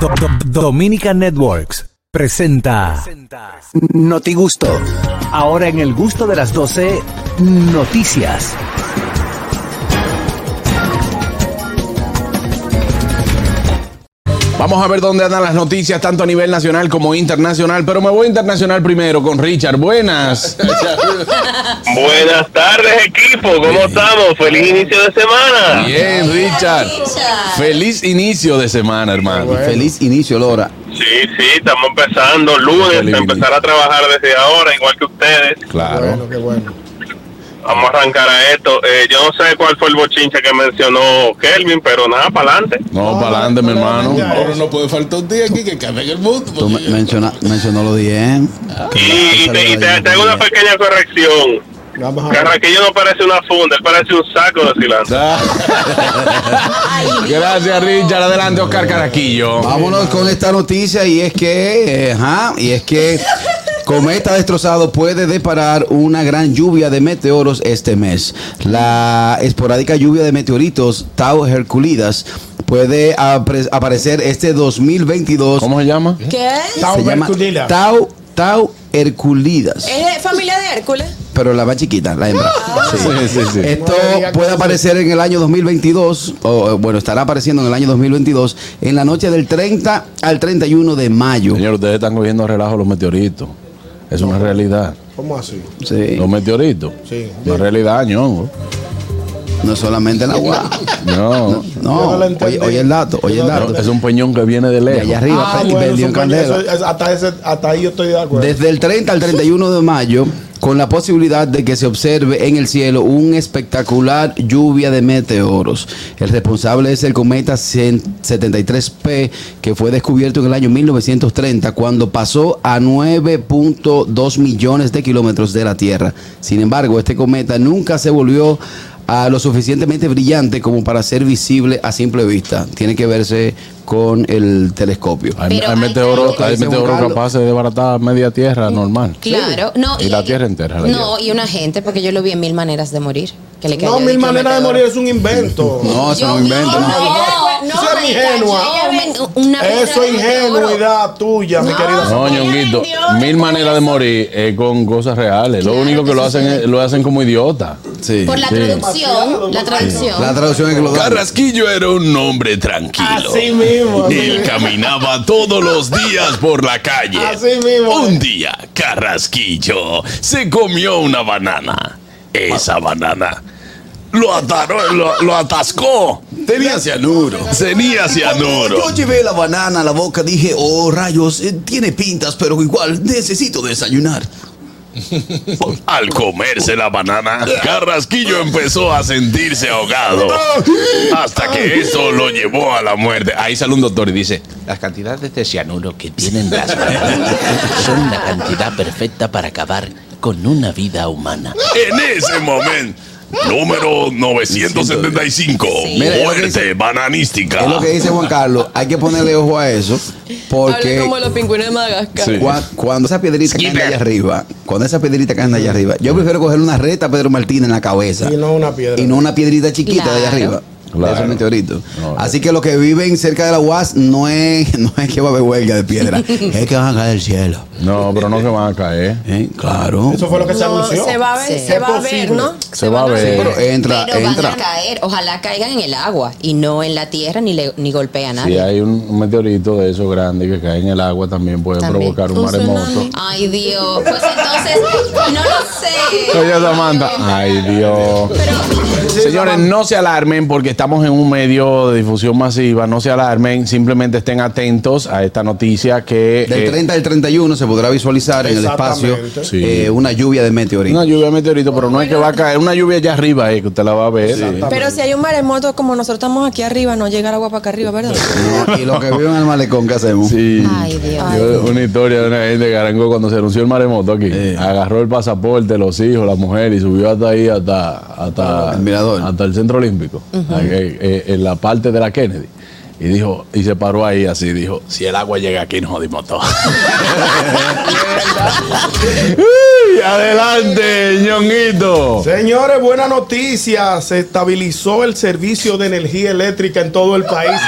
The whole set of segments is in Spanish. Do- Do- Dominica Networks presenta Noti Gusto. Ahora en el gusto de las 12, noticias. Vamos a ver dónde andan las noticias, tanto a nivel nacional como internacional, pero me voy internacional primero con Richard. Buenas. Buenas tardes equipo, ¿cómo estamos? Feliz inicio de semana. Bien, Richard. Feliz inicio de semana, hermano. Feliz inicio, Lora. Sí, sí, estamos empezando lunes, Feliz a empezar a trabajar desde ahora, igual que ustedes. Claro. Bueno, qué bueno. Vamos a arrancar a esto. Eh, yo no sé cuál fue el bochinche que mencionó Kelvin, pero nada, para adelante. No, para adelante, mi hermano. Ahora no puede faltar un día aquí que cambien el mundo. Tú me- menciona- mencionó los 10. Y, y te, y te- te hago una pequeña corrección. Vamos a ver. Carraquillo no parece una funda, él parece un saco de cilantro. Gracias, Richard. Adelante, Oscar Caraquillo. Vámonos con esta noticia y es que, eh, ajá, y es que cometa destrozado puede deparar una gran lluvia de meteoros este mes. La esporádica lluvia de meteoritos Tau Herculidas puede apre- aparecer este 2022. ¿Cómo se llama? ¿Qué? Se llama Herculida. Tau Tau Herculidas. ¿Es familia de Hércules? Pero la más chiquita, la hembra. Sí. Ah. sí, sí. Esto No diga que puede no se- aparecer en el año 2022, o eh, bueno, estará apareciendo en el año 2022, en la noche del 30 al 31 de mayo. Señor, ustedes están cogiendo a relajo los meteoritos. Es una realidad. ¿Cómo así? Sí. Los meteoritos. Sí. Una realidad, ñongo. No solamente en la UA. No. Yo no No, lo oye, entendí. oye el dato, oye el Yo no dato. Es un peñón que viene de De lejos. allá arriba, Ah, pe- bueno, vendido eso en fue- Candela. eso- es- hasta, ese, hasta ahí yo estoy de acuerdo. Desde el 30 al 31 de mayo, con la posibilidad de que se observe en el cielo un espectacular lluvia de meteoros. El responsable es el cometa 100 73P, que fue descubierto en el año 1930, cuando pasó a 9.2 millones de kilómetros de la Tierra. Sin embargo, este cometa nunca se volvió a lo suficientemente brillante como para ser visible a simple vista. Tiene que verse con el telescopio. Hay, Pero hay hay meteoros que- hay Dice meteoros Juan Carlos. capaces de desbaratar media tierra normal. Claro, no. Y la tierra entera la No, y una gente, porque yo lo vi en mil maneras de morir. Que le no, cayó mil de maneras de cometedor. morir es un invento. No, eso no invento. no. No, no, no, Eso es ingenua. Ella ve una Eso piedra es de meteoro. ingenuidad tuya, mi querida. No, ñonguito, mil maneras de morir eh, con cosas reales. Lo Claro único que que lo sí, hacen sí. es- lo hacen como idiota. Sí. Por la Sí. traducción, la traducción. La traducción es que lo dan. Carrasquillo era un hombre tranquilo. Así mismo. así Él mismo. caminaba todos los días por la calle. Así mismo. Un día, Carrasquillo se comió una banana. Esa banana lo, ataró- lo- lo atascó. Tenía cianuro. Tenía cianuro. Yo llevé la banana a la boca, dije, oh rayos, eh, tiene pintas, pero igual necesito desayunar. Al comerse la banana, Carrasquillo empezó a sentirse ahogado. Hasta que eso lo llevó a la muerte. Ahí sale un doctor y dice: Las cantidades de cianuro que tienen las bananas son la cantidad perfecta para acabar con una vida humana. En ese momento, número 975, Mira, es lo que muerte bananística. Es lo que dice Juan Carlos, hay que ponerle ojo a eso, Habla porque como los pingüinos de Madagascar. Sí. cua- cuando esa piedrita caen allá arriba, cuando esa piedrita caen allá arriba, yo prefiero coger una reta a Pedro Martínez en la cabeza Y no una piedra. y no una piedrita chiquita de allá Claro. arriba. Claro. De esos meteoritos. No, Así que los que viven cerca de la UAS no es, no es que va a haber huelga de piedra, es que van a caer del cielo. No, pero no se van a caer. ¿Eh? Claro. Eso fue lo que se No, anunció. se va a ver, Sí. se va a ver, Posible. ¿no? Se va a van ver. Pero eh, entra, Pero entra. van a caer. Ojalá caigan en el agua y no en la tierra ni, le, ni golpea a Si nadie. hay un un meteorito de esos grandes que cae en el agua, también puede También. provocar un Un maremoto. tsunami. Ay, Dios. Pues entonces, no lo sé. Oye, Samantha. Ay, Dios. Señores, no se alarmen porque estamos en un medio de difusión masiva. No se alarmen, simplemente estén atentos a esta noticia que. Del eh, 30 al 31 se podrá visualizar en el espacio Exactamente. Sí. eh, una lluvia de meteoritos. Una lluvia de meteorito, pero no es que va a caer. Una lluvia allá arriba, eh, que usted la va a ver. Pero si hay un maremoto como nosotros estamos aquí arriba, no llega el agua para acá arriba, ¿verdad? No, y lo que viven en el malecón, ¿qué hacemos? Sí. Ay, Dios. Yo- una historia de una gente que arrancó cuando se anunció el maremoto aquí. Agarró el pasaporte, los hijos, la mujer y subió hasta ahí, hasta, hasta, El mirador. hasta el centro olímpico, ahí, eh, en la parte de la Kennedy. Y dijo, y se paró ahí así, dijo, Si el agua llega aquí, nos jodimos todos. "Uy, adelante, ñonguito. Señores, buena noticia. Se estabilizó el servicio de energía eléctrica en todo el país.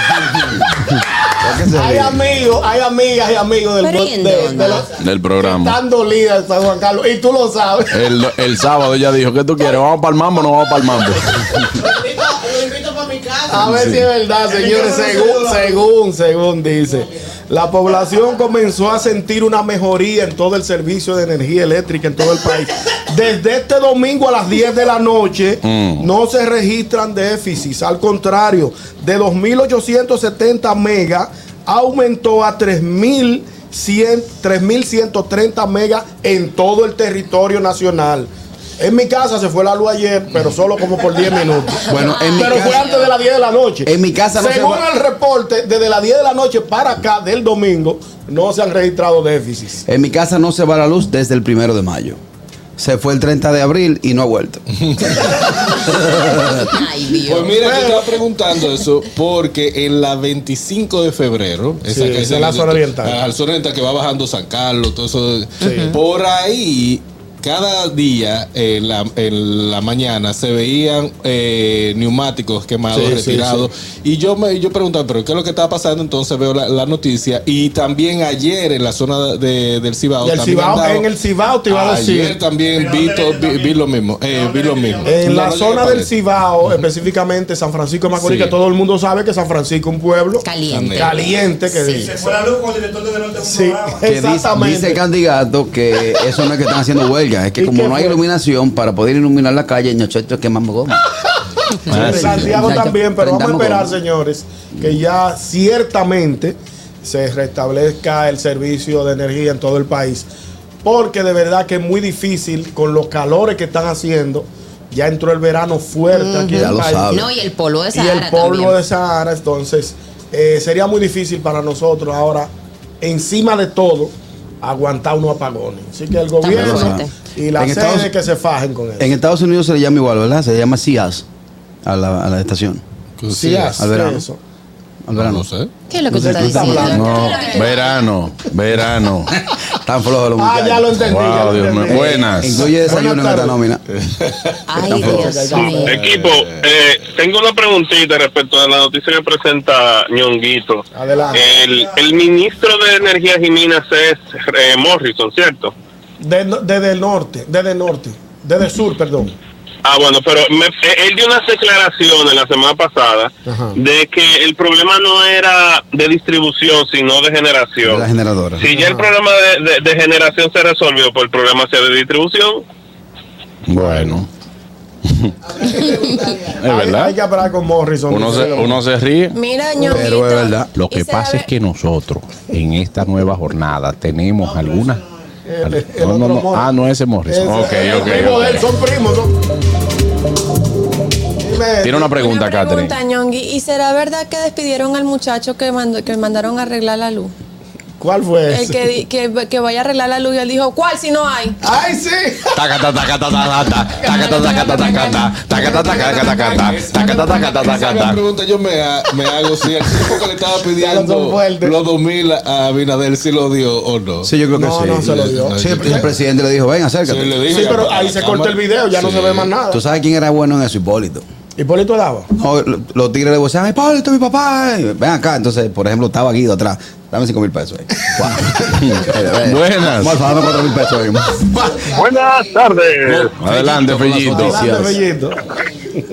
¿Por qué se Hay ríe? amigos, hay amigas y amigos del, Pero ¿y en de- de dónde? los- Del programa. Están dolidas en San Juan Carlos. Y tú lo sabes. El, el sábado ella dijo, ¿qué tú quieres? ¿Vamos para el mambo o no vamos para el mambo? A ver si es verdad, señores. Según, según, según dice, la población comenzó a sentir una mejoría en todo el servicio de energía eléctrica en todo el país. Desde este domingo a las 10 de la noche Mm. no se registran déficits. Al contrario, de 2.870 megas aumentó a 3.100 3.130 megas en todo el territorio nacional. En mi casa se fue la luz ayer, pero solo como por 10 minutos. Bueno, en mi Pero fue casa- antes de las 10 de la noche. En mi casa no se Según va- el reporte, desde las 10 de la noche para acá del domingo, no se han registrado déficits. En mi casa no se va la luz desde el primero de mayo. Se fue el 30 de abril y no ha vuelto. Ay, Dios. Pues mira, yo estaba preguntando eso porque en la 25 de febrero, Sí, que esa es la zona oriental. Ah, la zona oriental que va bajando San Carlos, todo eso. Por ahí, cada día en la, en la mañana se veían eh, neumáticos quemados, Sí, sí, retirados. Y yo me yo preguntaba, ¿pero qué es lo que estaba pasando? Entonces veo la, la noticia. Y también ayer en la zona de- del Cibao. Del también Cibao, andaba- en el Cibao te iba a decir. Ayer también vi, to- vi, vi lo mismo. eh, vi lo mismo. En No, la no zona llegué del para Cibao, específicamente San Francisco de Macorís, Sí. que todo el mundo sabe que San Francisco es un pueblo Caliente. caliente que Sí. Se dice. fue la luz con el director de Que Sí, di- exactamente. dice el candidato que eso no es que están haciendo huelga, es que ¿Y como qué no hay fue? iluminación para poder iluminar la calle, nosotros quemamos goma. Ah, En Santiago Exacto. también, pero vamos a Prendamos esperar, goma. señores, que ya ciertamente se restablezca el servicio de energía en todo el país. Porque de verdad que es muy difícil con los calores que están haciendo. Ya entró el verano fuerte aquí en Ya el lo país. sabe. No, y el polvo de Y Sahara el polvo también. de Sahara, entonces eh, sería muy difícil para nosotros ahora, encima de todo, aguantar unos apagones. Así que el gobierno fuerte. y la En sede Estados- que se fajen con eso. En Estados Unidos se le llama igual, ¿verdad? Se le llama CIAS a la, a la estación, allá. Sí, así al verano. eso. al verano. No sé. ¿Qué es lo que No tú sé estás qué está diciendo? hablando. No, verano, verano. Están flojos los Ah, muchachos. ya lo entendí. Wow, ya lo Dios mío. entendí. Buenas. Eh, Incluye desayuno en Buenas esta nómina. Ay, Dios mío. Equipo, eh, tengo una preguntita respecto a la noticia que presenta Ñonguito. Adelante. El, el ministro de Energía y Minas es eh, Morrison, ¿cierto? De- desde el norte, desde el norte, desde el sur, perdón. Ah, bueno, pero me- eh, él dio unas declaraciones la semana pasada Ajá. de que el problema no era de distribución, sino de De generación. la generadora. si ya el problema de, de- de generación se resolvió por el problema sea de distribución, Bueno. es Hay- Hay verdad. que hablar con Morrison. Uno dice se, lo- uno se ríe. Mira, ñonguito. Pero es verdad. Lo ¿y que se pasa abre- es que nosotros en esta nueva jornada tenemos algunas. pues, eh, El- No, el no, otro no. Morrison. Ah, no ese Ese- Morrison. Ok, el ok, primo de él, ok. son primos. son- Dime, Tiene una pregunta, Una Catherine. pregunta, Ñongui. ¿Y será verdad que despidieron al muchacho que, mandó, que mandaron a arreglar la luz? ¿cuál fue El ese? que, di- que, que vaya a arreglar la luz y él dijo, ¿cuál si no hay? ¡Ay, sí! Tacata, tacata, tacata, tacata, tacata, tacata, tacata, tacata, tacata, tacata, tacata, Esa es la tacata. pregunta yo me, ha- me hago si el tipo que le estaba son pidiendo fuertes. los 2000 a Abinader si lo dio o no. Sí, yo creo que No, sí. no se lo dio. Sí, el, el presidente le dijo, ven, Sí, acércate. le dije Sí, pero a- a ahí la se cámara. corta el video, ya no Sí. se ve más nada. ¿Tú sabes quién era bueno en eso? Hipólito. Hipólito daba. No, lo- los tigres le decían, ay, Hipólito, mi papá. ay, Ven acá. Entonces, por ejemplo, estaba Guido atrás. Dame 5 mil pesos. eh". ahí. Guau. Buenas. Morfa, dame 4 mil pesos. ahí. Buenas tardes. Adelante, Fellito. Adelante, Bellito.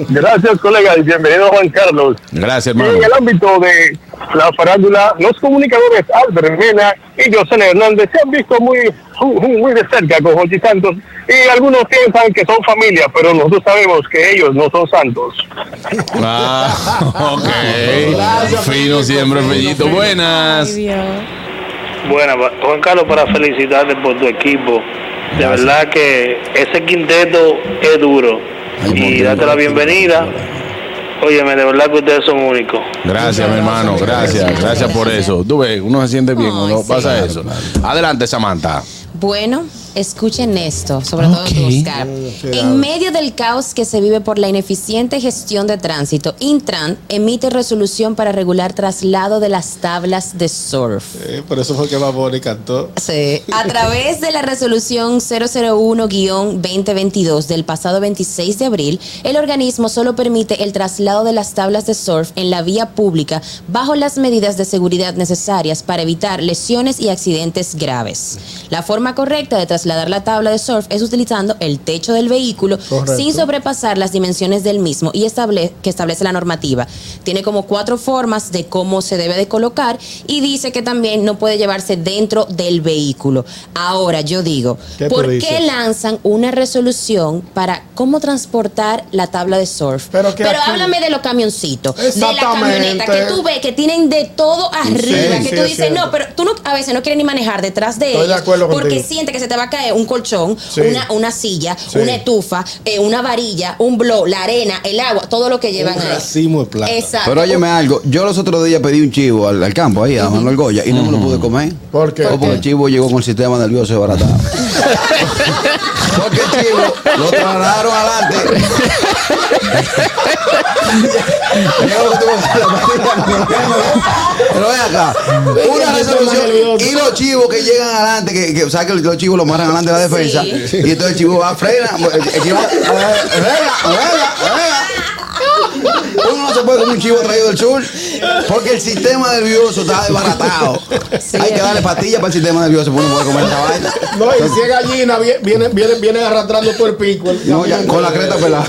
Gracias, colega, y bienvenido Juan Carlos. Gracias, Y hermano. En el ámbito de la farándula, los comunicadores Albert Mena y José Hernández se han visto muy, muy de cerca con Jochi Santos y algunos piensan que son familia, pero nosotros sabemos que ellos no son santos. Ah, ok. Gracias, Fino siempre, Fellito. Buenas. Ay, Dios. Bueno, Juan Carlos, para felicitarte por tu equipo. De verdad que ese quinteto es duro. y date la bienvenida. Óyeme, de verdad que ustedes son únicos. Gracias, mi hermano. Gracias. Gracias por eso. Tú ves, uno se siente bien, Ay, uno sí. pasa eso. Adelante, Samantha. Bueno, Escuchen esto, sobre todo Ok. tú, Oscar. En medio del caos que se vive por la ineficiente gestión de tránsito, Intran emite resolución para regular traslado de las tablas de surf. Eh, por eso fue que Bad Bunny cantó. Sí. A través de la resolución 001-2022 del pasado 26 de abril, el organismo solo permite el traslado de las tablas de surf en la vía pública bajo las medidas de seguridad necesarias para evitar lesiones y accidentes graves. La forma correcta de trasladar la tabla de surf es utilizando el techo del vehículo Correcto. sin sobrepasar las dimensiones del mismo y estable- que establece la normativa. Tiene como cuatro formas de cómo se debe de colocar y dice que también no puede llevarse dentro del vehículo. Ahora yo digo, ¿Qué tú ¿por qué dices? lanzan una resolución para cómo transportar la tabla de surf? Pero, que aquí- háblame de los camioncitos, de la camioneta Exactamente. que tú ves que tienen de todo arriba, Sí, que sí, tú es dices, cierto. no, pero tú no, a veces no quieres ni manejar detrás de Estoy de ellos acuerdo porque contigo. siente que se te va a caer un colchón, Sí. una, una silla, Sí. una estufa, eh, una varilla, un blow, la arena, el agua, todo lo que llevan ahí. Racimo de plata. Exacto. Pero óyeme algo, yo los otros días pedí un chivo al, al campo ahí, a Manuel Goya, y no me lo pude comer. ¿Por qué? O porque el chivo llegó con el sistema nervioso desbaratado. porque el chivo lo trasladaron adelante. Pero ven acá, una resolución y los chivos que llegan adelante, que, que o sea que los chivos los marran adelante de la defensa, y entonces el chivo va, frena, el chivo, eh, frena, frena, frena. Uno no se puede comer un chivo traído del sur, porque el sistema nervioso está desbaratado. Hay que darle pastillas para el sistema nervioso, porque uno puede comer esa vaina. No, y si es gallina, vie- viene, viene, viene arrastrando todo el pico. el No, ya, con la creta pelada.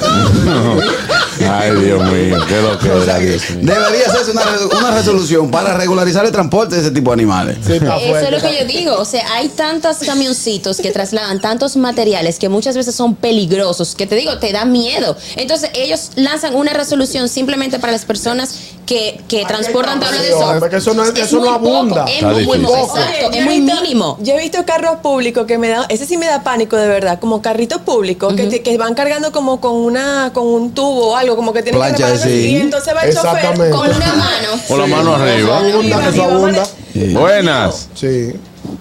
Ay, Dios mío, qué lo que era. Debería hacerse una, re- una resolución para regularizar el transporte de ese tipo de animales. Eso es lo que yo digo. O sea, hay tantos camioncitos que trasladan tantos materiales que muchas veces son peligrosos, que te digo, te da miedo. Entonces, ellos lanzan una resolución simplemente para las personas que, que transportan tablas de surf. Porque eso no, es- eso no abunda. Es muy poco, exacto, es muy mínimo. Yo he visto carros públicos que me dan, ese sí me da pánico de verdad, como carritos públicos que, te- que van cargando como con una con un tubo o algo, como que tienen Plancha que de repararlo zinc. y entonces va el chofer Exactamente. con una mano. Con la mano arriba. abunda, eso abunda. Buenas. Sí.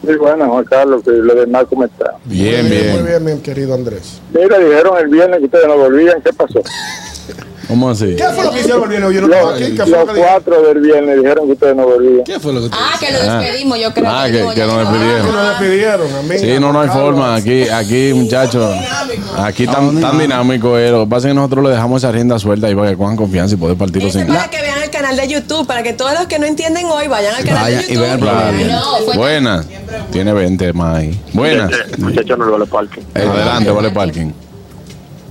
Sí, bueno, Juan Carlos, y los demás, ¿cómo están? Bien, Muy bien. bien, mi querido Andrés. Mira, dijeron el viernes que ustedes no volvían, ¿qué pasó? ¿Cómo así? ¿Qué fue lo que hicieron el viernes? Yo no Los, estaba aquí. ¿Qué fue lo los que dijeron? cuatro del viernes dijeron que ustedes no volvían. ¿Qué fue lo que Ah, que lo despedimos, yo creo. Ah, que, que nos Que despidieron. nos despidieron, a mí. Sí, no, no hay forma. Aquí, aquí muchachos, aquí tan, tan dinámico es. Lo que pasa es que nosotros le dejamos esa rienda suelta y para que cojan confianza y poder partirlo sin Para que vean el canal de YouTube, para que todos los que no entienden hoy vayan al canal de YouTube. Claro. No, fue- Buenas. Tiene 20 más ahí. Buenas. Muchachos, no le vale parking. Adelante, vale parking.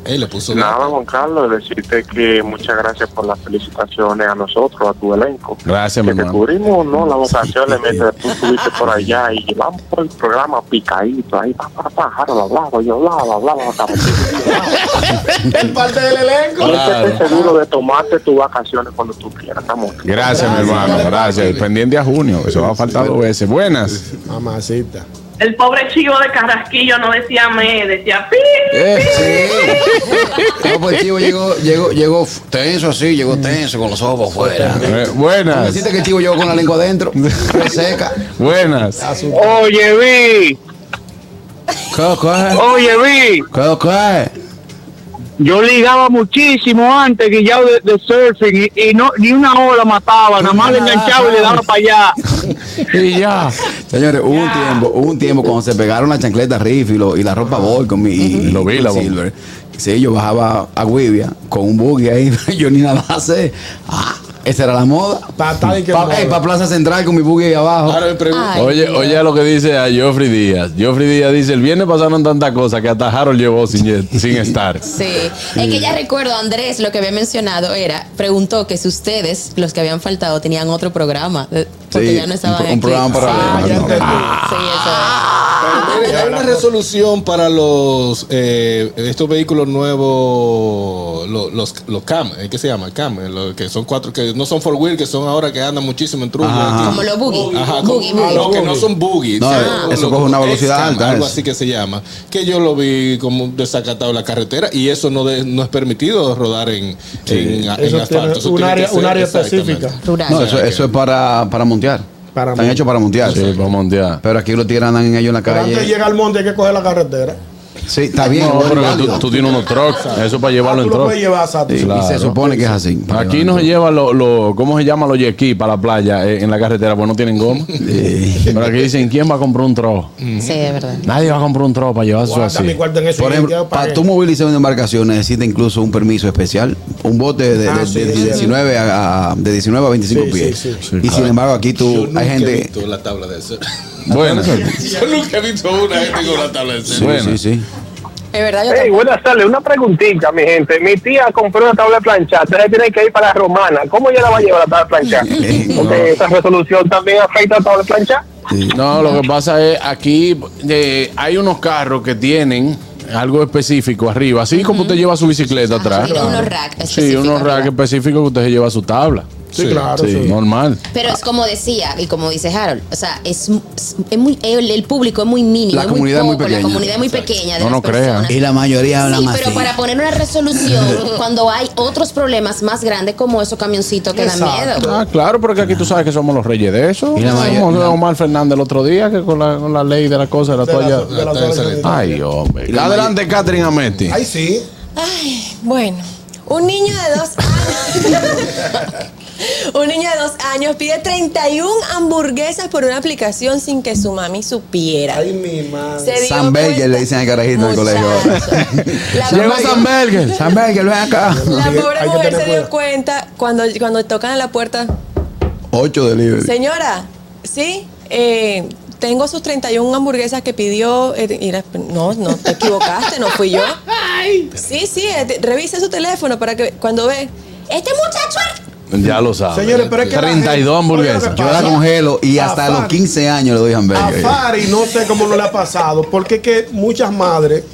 Él le puso. Nada, Juan Carlos, decirte que muchas gracias por las felicitaciones a nosotros, a tu elenco. Gracias, mi que hermano. cubrimos no la vocación elemental tú estuviste por allá y vamos por el programa picadito ahí pa pa pa jaro, bla bla bla yo, bla bla bla bla, bla, El parte del elenco. bla Ah, Yo estoy seguro de tomarte tus vacaciones cuando tú quieras estamos Gracias, mi hermano. Gracias. Pendiente a junio. Eso va a faltar dos veces. Buenas. Mamacita. El pobre chivo de Carrasquillo no decía me, decía pi. Eh. No, pues el chivo llegó, llegó, llegó f- tenso así, llegó tenso, con los ojos por fuera. Eh, buenas. Siente que el chivo llegó con la lengua adentro, seca. Buenas. Oye, vi. Oye, vi. Yo ligaba muchísimo antes que ya de, de surfing y, y no ni una ola mataba, nada más le enganchaba y le pues. daba para allá. Y ya. Señores, hubo un tiempo, hubo un tiempo cuando se pegaron la chancleta riff y, lo- y la ropa bol con mi y, Lo vi, la Volcom. Silver. Sí, yo bajaba a Guivia con un buggy ahí, yo ni nada hacer. Ah, esa era la moda. Para Para Plaza Central con mi buggy ahí abajo. Ahora me pregunto. Ay, Oye, Dios. oye lo que dice a Joffrey Díaz. Joffrey Díaz dice, el viernes pasaron tantas cosas que hasta Harold llevó sin, sin estar. Sí. es que ya recuerdo, Andrés, lo que había mencionado era, preguntó que si ustedes, los que habían faltado, tenían otro programa, eh, porque Sí, ya no estaban un, pro- aquí. un programa para Ah, Ah, ya entendí. Sí, eso Pero mire, hay una resolución para los eh, estos vehículos nuevos, lo- los, los, CAM, eh, ¿qué se llama? CAM, eh, lo que son cuatro, que no son four wheel, que son ahora que andan muchísimo en truco. Ajá. Como los buggy. Ajá, Buggy, como- ah, buggy. los que no son buggy. No, son eh, los- eso coge una velocidad escam, alta, Algo eso. así que se llama. Que yo lo vi como desacatado en la carretera y eso no, de- no es permitido rodar en, en, en Eso tiene asfalto. Eso un tiene que área- ser un área exactamente. específica. Rural. No, eso, eso es para, para montear. Para Están mí. hechos para montear. Sí, para montear. Pero aquí los tigres andan en ellos en la Pero antes de calle. llegar al monte hay que coger la carretera. Sí, está bien. Ah, No, es pero que válido. tú, tú tienes unos trucks. Eso para llevarlo en Ah, tú lo truck. puedes llevar, exacto. Y- y se supone que es así, para Aquí llevarlo no se lleva lo, lo- ¿cómo se llama los yesquí para la playa eh, en la carretera? Pues no tienen goma. eh. Pero aquí dicen, ¿quién va a comprar un truck? Sí, de verdad. Nadie va a comprar un truck para llevar eso así. Por ejemplo, para tú movilizar una embarcación necesita incluso un permiso especial, un bote de, de- Ah, de- sí, de sí, 19 a, a- de 19 a 25 Sí, pies. sí, sí. Y Sí. sin embargo, aquí tú hay He gente. visto la tabla de surf. Bueno, Yo nunca he visto una gente con la tabla de surf. sí, sí, sí. Es verdad, yo Hey, buenas tardes, una preguntita, mi gente. Mi tía compró una tabla de planchar, entonces tiene que ir para la romana. ¿Cómo ella la va a llevar la tabla de planchar? Porque esa resolución también afecta a la tabla de planchar. No, lo que pasa es aquí eh, hay unos carros que tienen algo específico arriba, así como usted lleva su bicicleta atrás. tiene unos rack Sí, específicos unos rack específicos que usted se lleva su tabla. Sí, claro, sí. Normal. Pero es como decía y como dice Harold, o sea, es, es muy, el, el público es muy mínimo. La es comunidad es muy poco, pequeña. La comunidad es muy pequeña. de No las nos personas. crean. Y la mayoría habla Sí, más pero así. para poner una resolución, cuando hay otros problemas más grandes como esos camioncitos que dan miedo. Ah, claro, porque aquí tú sabes que somos los reyes de eso. Y la mayor- Como Omar Fernández el otro día, que con la, con la ley de la cosa de la De la- toalla. de la toalla sanitaria. Ay, hombre. Este Y la Adelante, Catherine Ametti. Ay, sí. Ay, bueno, un niño de dos años. Un niño de dos años pide 31 hamburguesas por una aplicación sin que su mami supiera. Ay, mi madre. Se dio San Berger le dicen al carajito del colegio. La Llegó pobre- San Berger. San Berger, ven acá. La pobre Hay que mujer tener se dio cuidado. cuenta cuando, cuando tocan a la puerta. 8 delivery. Señora, sí, eh, tengo sus 31 hamburguesas que pidió. eh, y la- no, no, te equivocaste, no fui yo. Sí, sí, eh, te- revise su teléfono para que cuando ve. Este muchacho. Ya lo sabes. Señores, pero es que la 32 gente- oye lo que hamburguesas. pasa. Yo la congelo y hasta Afán. los 15 años le doy San A Berger. Fari no sé cómo no le ha pasado, porque es que muchas madres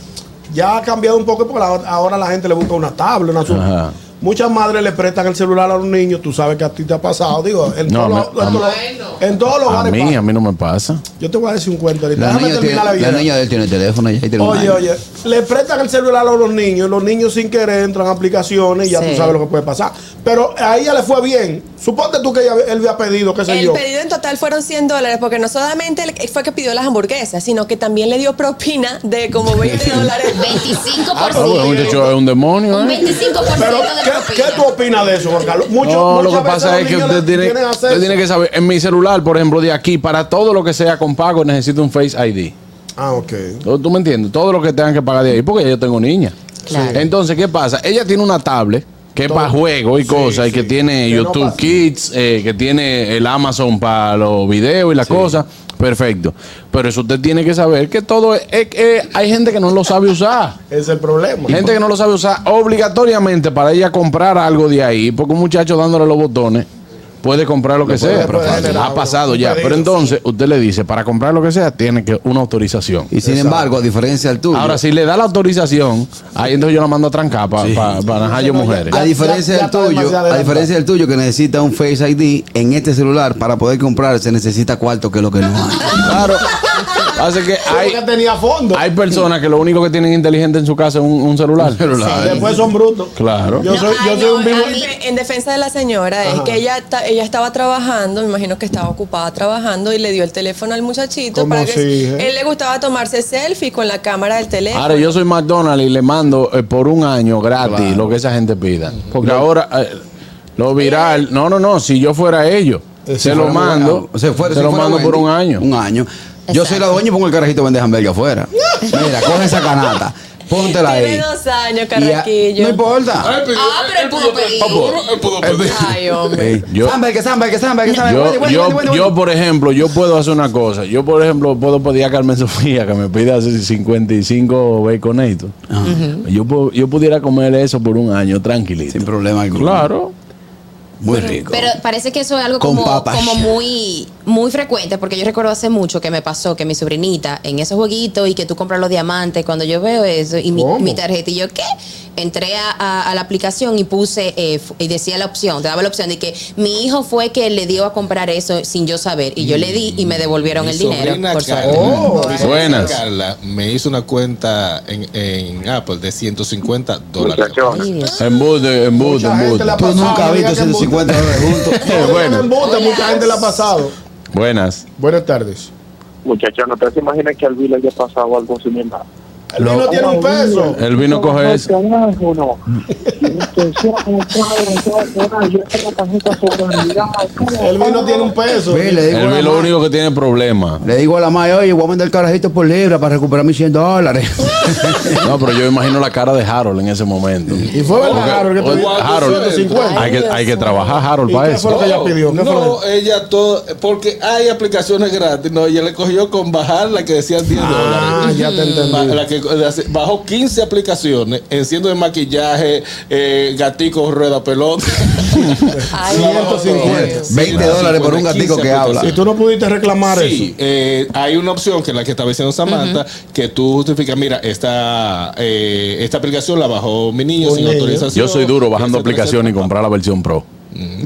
ya ha cambiado un poco porque la- ahora la gente le busca una tabla, una su- Ajá. Muchas madres le prestan el celular a los niños, tú sabes que a ti te ha pasado, digo, en, No, todos a mí- los- en todos los- en todos los A hogares mí, pasa. a mí no me pasa. Yo te voy a decir un cuento ahorita. La Déjame niña, tiene, terminar la la vida. niña de él tiene el teléfono ya y tiene un Oye, año. oye, le prestan el celular a los niños, los niños sin querer entran a aplicaciones y ya Sí. tú sabes lo que puede pasar. Pero a ella le fue bien. Suponte tú que ella- él había pedido, qué sé El yo. pedido en total fueron 100 dólares, porque no solamente el- fue que pidió las hamburguesas, sino que también le dio propina de como 20 dólares. 25%. Ah, pues, un muchacho es un demonio, un ¿eh? 25% Pero, de ¿qué, la propina. qué tú opinas de eso, Juan Carlos? Mucho, No, lo muchas que veces pasa los es que niños usted le- tiene, tienen usted acceso. tiene que saber. En mi celular, por ejemplo, de aquí, para todo lo que sea con pago, necesito un Face ID. Ah, ok. ¿Tú tú me entiendes? Todo lo que tengan que pagar de ahí, porque ya yo tengo niña. Claro. Entonces, ¿qué pasa? Ella tiene una tablet que es Todo. para juegos y Sí, cosas, y que sí. tiene Que no YouTube pasa. Kids, eh, que tiene el Amazon para los videos y las cosas. Perfecto. Pero eso usted tiene que saber que todo es- es- es- hay gente que no lo sabe usar. Ese es el problema. Gente que no lo sabe usar obligatoriamente para ella comprar algo de ahí, porque un muchacho dándole los botones puede comprar lo que puede- sea. puede generar ha un- pasado un ya. pedido. Pero entonces usted le dice, para comprar lo que sea, tiene que una autorización. Y sin embargo, a diferencia del tuyo, Ahora, si le da la autorización, ahí entonces yo la mando a trancar para yo mujeres. a diferencia ya- del ya está tuyo, demasiado a diferencia del tuyo que necesita un Face ID en este celular para poder comprar se necesita cuarto que es lo que no hay. Claro. Hace que hay, Porque tenía fondo. hay personas que lo único que tienen inteligente en su casa es un, un celular. Después son brutos. Claro. Yo No, soy, yo ay, soy no, un vivo. a En de- En defensa de la señora, es Ajá. que ella, ta- ella estaba trabajando, me imagino que estaba ocupada trabajando y le dio el teléfono al muchachito Como para que si, ¿eh? él le gustaba tomarse selfie con la cámara del teléfono. Ahora yo soy McDonald's y le mando eh, por un año gratis lo que esa gente pida. Porque ahora eh, lo viral, no, no, no, si yo fuera ellos, Eh, si se lo fuera mando, O sea, fuera- se si lo fuera mando por Wendy, un año. Un año. Yo soy la dueña y pongo el carajito vende hamburguesa afuera. Mira, coge esa canasta, póntela Tiene ahí. dos años, Y ya- Carraquillo. no importa. Ay, Ah, pero él pudo pedir. Él pudo pedir. Ay, hombre. Ey, Yo- Hamburguesa, hamburguesa, hamburguesa, Yo, Wendy, Wendy, yo, Wendy, Wendy, yo, Wendy. por ejemplo, yo puedo hacer una cosa. Yo, por ejemplo, puedo pedir a Carmen Sofía que me pida así 55 baconitos. Ah. yo, pu- yo pudiera comer eso por un año, tranquilito. Sin problema alguno. Claro. Muy rico. Pero parece que eso es algo Con como, papas. como muy, muy frecuente, porque yo recuerdo hace mucho que me pasó que mi sobrinita en esos jueguitos y que tú compras los diamantes, cuando yo veo eso y mi, ¿Cómo? mi tarjeta y yo, ¿qué? Entré a, a- a la aplicación y puse, eh, fu- y decía la opción, te daba la opción de que mi hijo fue que le dio a comprar eso sin yo saber y yo le di y me devolvieron el dinero. sobrina por Carla, mi suerte. Oh, sobrina buenas. Carla me hizo una cuenta en, en Apple de 150 dólares. Muchachones. Ay, Dios. Embuste, embuste, Mucha gente embuste. la ha Tú pasado, nunca has diga visto que 150 embuste. dólares juntos. No, diga que Bueno. embuste, mucha gente le ha pasado. Buenas. Buenas tardes. Muchachos, ¿no te imaginas que al Vila haya pasado algo similar? El vino tiene un peso. El vino coge eso. No. El vino tiene un peso. Ve, le digo El a la es lo madre. único que tiene problema. Le digo a la madre, oye, voy a vender el carajito por libra para recuperar mis 100 dólares. No, pero yo imagino la cara de Harold en ese momento. Y fue verdad, Harold, que te dio Harold, eh, 450. hay, que, hay que trabajar, Harold, ¿Y para qué eso. fue lo que ella pidió? ¿Qué fue lo No, ella todo, porque hay aplicaciones gratis. No, ella le cogió con bajar la que decía 10 dólares. Ah, ya Ah, te entendí. Ba- La que, la- bajó 15 aplicaciones, enciendo de maquillaje, eh, gatico, rueda, pelota. Ay, La bajó Dios. todo. 20 dólares por un 15 gatico que habla. Y tú no pudiste reclamar Sí, eh, hay una opción que es la que estaba diciendo Samantha, que tú justificas, mira, esta, eh, esta aplicación la bajó mi niño Un sin niño. autorización. Yo soy duro bajando etcétera, aplicación y comprar la versión Pro.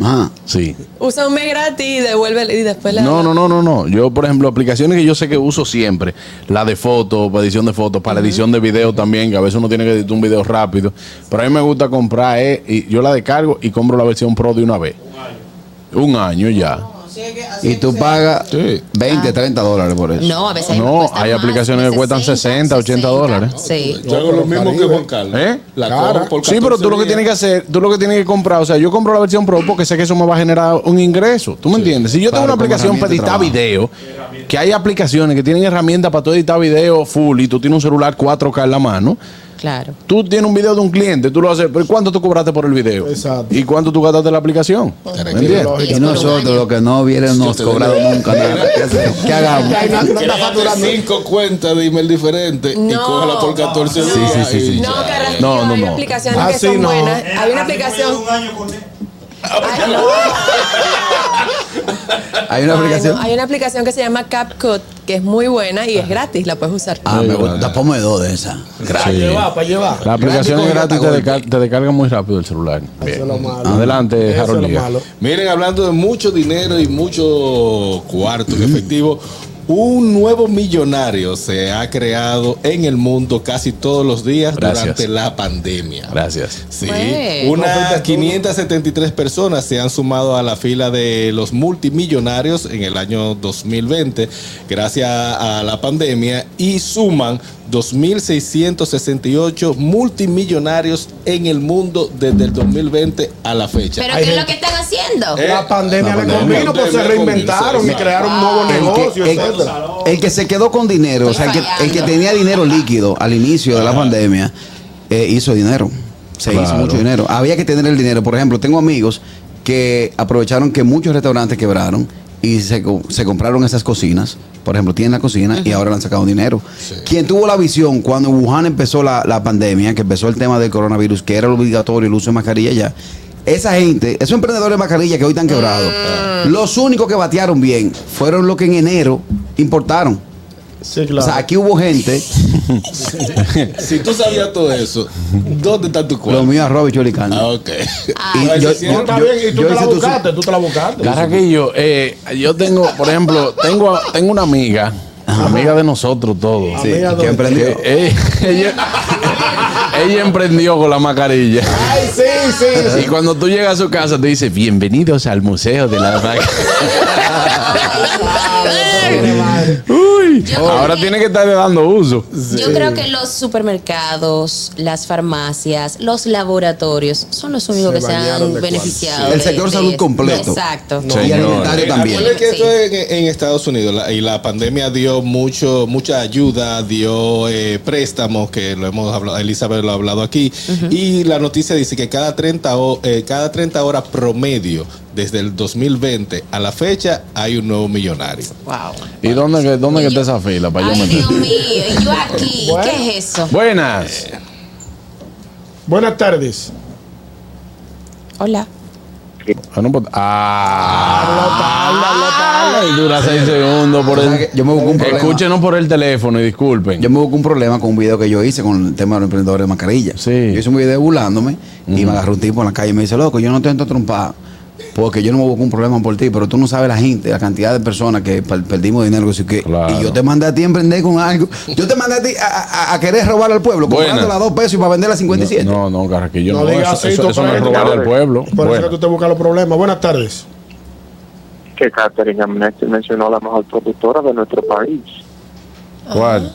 Ah, Sí. Usa un mes gratis y devuelve y después la. No, no, no, no, no. Yo, por ejemplo, aplicaciones que yo sé que uso siempre, la de fotos, para edición de fotos, para edición de video también, que a veces uno tiene que editar un video rápido. Pero a mí me gusta comprar, eh, y yo la descargo y compro la versión Pro de una vez. Un año ya. y tú pagas Sí. 20, 30 dólares por eso. No, a veces hay No, hay aplicaciones que cuestan 60, 80 dólares. Sí. Yo hago lo mismo que Juan Carlos. ¿Eh? La Cara. cobro por Sí, pero tú lo 14 que tienes que días. hacer, tú lo que tienes que comprar, o sea, yo compro la versión Pro porque sé que eso me va a generar un ingreso. ¿Tú me entiendes? Si yo tengo Claro, una como aplicación para herramienta editar de video, que hay aplicaciones que tienen herramientas para tú editar video full y tú tienes un celular 4K en la mano, Claro. tú tienes un video de un cliente, tú lo haces, pero ¿cuánto tú cobraste por el video? Exacto. ¿Y cuánto tú gastaste en la aplicación? ¿Me entiendes? Y nosotros, los que no hubieran nos te cobrado digo. nunca nada. ¿Qué hacemos? ¿Qué hagamos? eso? No, no Que está le mande facturando. cinco cuentas de email diferentes y No. cógela por 14 No. días. Sí, sí, sí, sí. y No, ya. Carrasquillo, No, no, hay no. aplicaciones que Así son no. buenas. Hay una aplicación. Ay, no. Hay una Ay, no. aplicación. Hay una aplicación que se llama CapCut, que es muy buena y es gratis, la puedes usar. Ah, me gusta. Ponme dos de esas. Para llevar, para llevar. La aplicación Gratis es gratis, con te, gata descar- te descarga muy rápido el celular. Bien. Eso es lo malo. Adelante, Eso es Harold lo Liga. malo. Miren, hablando de mucho dinero y mucho cuarto en Mm. efectivo, un nuevo millonario se ha creado en el mundo casi todos los días Gracias. durante la pandemia. Gracias. Sí, Bueno. pues. unas 573 personas se han sumado a la fila de los multimillonarios en el año 2020 gracias a la pandemia y suman 2.668 multimillonarios en el mundo desde el 2020 a la fecha. Pero Hay ¿qué es lo gente- que están haciendo? Eh, La pandemia la le pandemia. Eh, convino, pues se Pandemia reinventaron convino, y exacto. crearon un nuevo El que, negocio, el- etcétera. el que se quedó con dinero, o sea, el que, el que tenía dinero líquido al inicio de la pandemia, eh, hizo dinero. Se hizo Claro. mucho dinero. Había que tener el dinero. Por ejemplo, tengo amigos que aprovecharon que muchos restaurantes quebraron y se, co- se compraron esas cocinas. Por ejemplo, tienen la cocina y ahora le han sacado dinero. Quien tuvo la visión cuando en Wuhan empezó la, la pandemia, que empezó el tema del coronavirus, que era obligatorio el uso de mascarilla ya. Esa gente, esos emprendedores de mascarilla que hoy están quebrados, los únicos que batearon bien fueron los que en enero importaron. Sí, O sea, aquí hubo gente, Si tú sabías todo eso, ¿dónde está tu lo cuarto? mío a Robert Cholicano. Ah, ok. Y Ay, yo- sí, sí, yo- Ah, pues, Está yo- bien, y tú yo te la hice tu- buscaste, tú te la buscaste. Carraquillo, eh, yo tengo, por ejemplo, tengo, a- tengo una amiga, amiga de nosotros todos. Sí, Amiga, que ¿dónde? emprendió. Eh, eh, ella, ella emprendió con la mascarilla. Ay, sí, sí. Y cuando tú llegas a su casa te dice, bienvenidos al museo de la mascarilla. Uy, Oh. ahora tiene que estar dando uso. Yo creo que los supermercados, las farmacias, los laboratorios son los únicos Se que se bañaron han de beneficiado. El de- sector de salud esto. completo. Exacto. No, y alimentario Eh, también. acuérdate que Sí. esto es en, en Estados Unidos la- y la pandemia dio mucho, mucha ayuda, dio eh, préstamos, que lo hemos hablado, Elizabeth lo ha hablado aquí, y la noticia dice que cada 30, ho- eh, cada 30 horas promedio, desde el 2020 a la fecha, hay un nuevo millonario. Wow. ¿Y dónde, que- dónde que está esa fila para yo Ay, meter? Dios mío. y Yo aquí. ¿Qué es eso? Buenas. Buenas tardes. Hola. Ah, no, pues- Ah, Y dura seis segundos por O sea, el- que yo me busco un problema. Escúchenos por el teléfono y disculpen. Yo me busqué un problema con un video que yo hice con el tema de los emprendedores de mascarilla. Sí. Yo hice un video burlándome y me agarró un tipo en la calle y me dice, loco, yo no te entro trompado porque yo no me busco un problema por ti, pero tú no sabes la gente, la cantidad de personas que per- perdimos dinero. así que- Claro. Y yo te mandé a ti a emprender con algo. Yo te mandé a ti a, a- a querer robar al pueblo, Buena. comprándola a dos pesos y para venderla a 57. No, no, Carraquillo, no. No digas eso, así, eso- tú eso no es crees. robar al pueblo. Por eso Bueno, que tú te buscas los problemas. Buenas tardes. que Catherine Amnesty mencionó la mejor productora de nuestro país, ¿Cuál?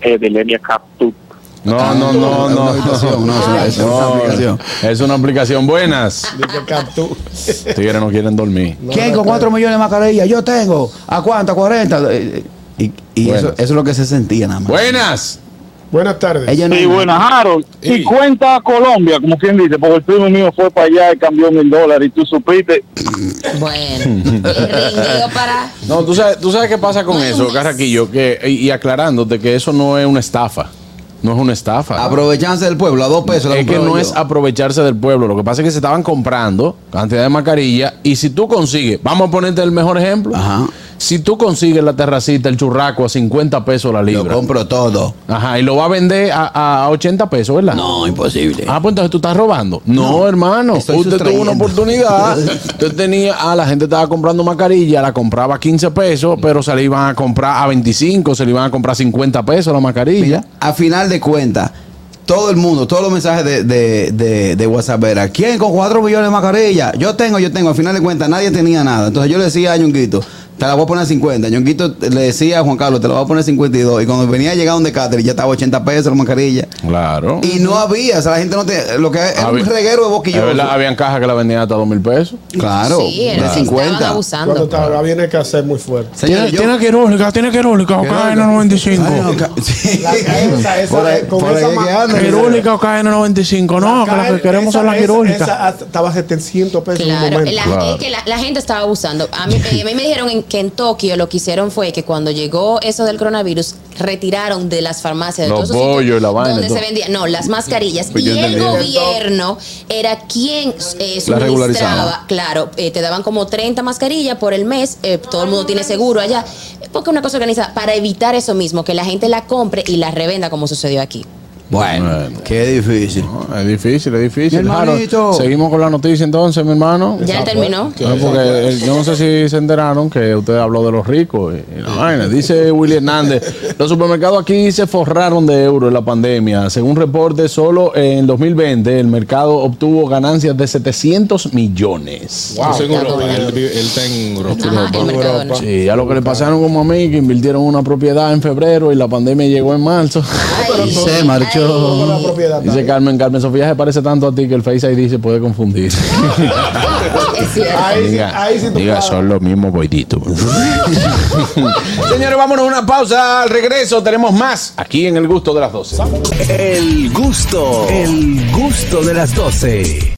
Edilenia Captup. No, no, no, no. No, es una aplicación. Es una aplicación. Buenas. Tigres no quieren dormir. ¿Quién con 4 millones de mascarillas? Yo tengo. ¿A cuánto? ¿40? Eh, Y, y eso, eso es lo que se sentía nada más. Buenas. Buenas tardes. Ella no Sí, es nada. buenas, Harold. Y cuenta Colombia, como quien dice, porque el primo mío fue para allá y cambió mil dólares y tú supiste. Ringueo para. No, tú sabes, tú sabes qué pasa con eso, Carraquillo, que, y, y aclarándote que eso no es una estafa. No es una estafa. Aprovecharse del pueblo, a dos pesos. la Es que compraba no yo. es aprovecharse del pueblo. Lo que pasa es que se estaban comprando cantidad de mascarillas. Y si tú consigues, vamos a ponerte el mejor ejemplo. Si tú consigues la terracita, el churraco a 50 pesos la libra. Lo compro todo. Ajá, y lo va a vender a, a 80 pesos, ¿verdad? No, imposible. Ah, pues entonces tú estás robando. No, hermano. estoy Usted tuvo una sustrayendo. oportunidad. Usted tenía, ah, la gente estaba comprando mascarilla, la compraba a 15 pesos, pero se le iban a comprar a 25, se le iban a comprar a 50 pesos la mascarilla. a final de cuentas, todo el mundo, todos los mensajes de, de, de, de WhatsApp era, ¿quién con 4 millones de mascarillas? Yo tengo, yo tengo. A final de cuentas, nadie tenía nada. Entonces yo le decía a Ñonguito, te la voy a poner a 50. Ñonguito le decía a Juan Carlos, te la voy a poner a 52. Y cuando venía a llegar donde Catherine, ya estaba 80 pesos la mascarilla. Claro. Y no había, o sea, la gente no te, lo que era Había- un reguero de Es boquillos. verdad, habían cajas que la vendían hasta dos mil pesos. Claro, Sí, era- de 50. estaban abusando. Cuando te- ahora viene que hacer muy fuerte. Señores, Tiene- yo- quirúrgica, tiene quirúrgica, Quirúrgica. Ay, no, 95. ca- sí. esa- esa- Por ahí- con por esa ahí ma- que andan. Quirúrgica o KN95, no, que la que queremos Esa- son las esa- quirúrgicas. esa hasta- Estaba 700 pesos en un Claro, momento. la, es que la, la gente estaba abusando. A mí, eh, a mí me dijeron en- que en Tokio lo que hicieron fue que cuando llegó eso del coronavirus, retiraron de las farmacias de Los todos esos sitios bollos y la vaina y donde todo. se vendían, no, las mascarillas. Pues y yo el entendí. gobierno era quien eh, La regularizaba. suministraba. Claro, eh, te daban como 30 mascarillas por el mes, eh, todo el mundo tiene seguro allá. Porque una cosa organizada, para evitar eso mismo, que la gente la compre y la revenda como sucedió aquí. Bueno, qué difícil. es difícil, es difícil. Mi hermanito. Harold, seguimos con la noticia entonces, mi hermano. Ya terminó. No, porque eh, yo no sé si se enteraron que usted habló de los ricos. y- y la vaina. Dice Willy Hernández, los supermercados aquí se forraron de euros en la pandemia. Según reporte, solo en 2020 el mercado obtuvo ganancias de 700 millones. Wow. Eso en Europa, él, vi- él está en Europa. Sí, ya lo que le pasaron como a mí, que invirtieron una propiedad en febrero y la pandemia llegó en marzo. y se Con la marchó. propiedad. Dice Carmen, Carmen Sofía se parece tanto a ti que el Face ID se puede confundir. Ahí sí- ahí sí tú diga, son los mismos boiditos. Señores, vámonos a una pausa. Al regreso tenemos más aquí en El Gusto de las 12. El gusto, el gusto de las 12.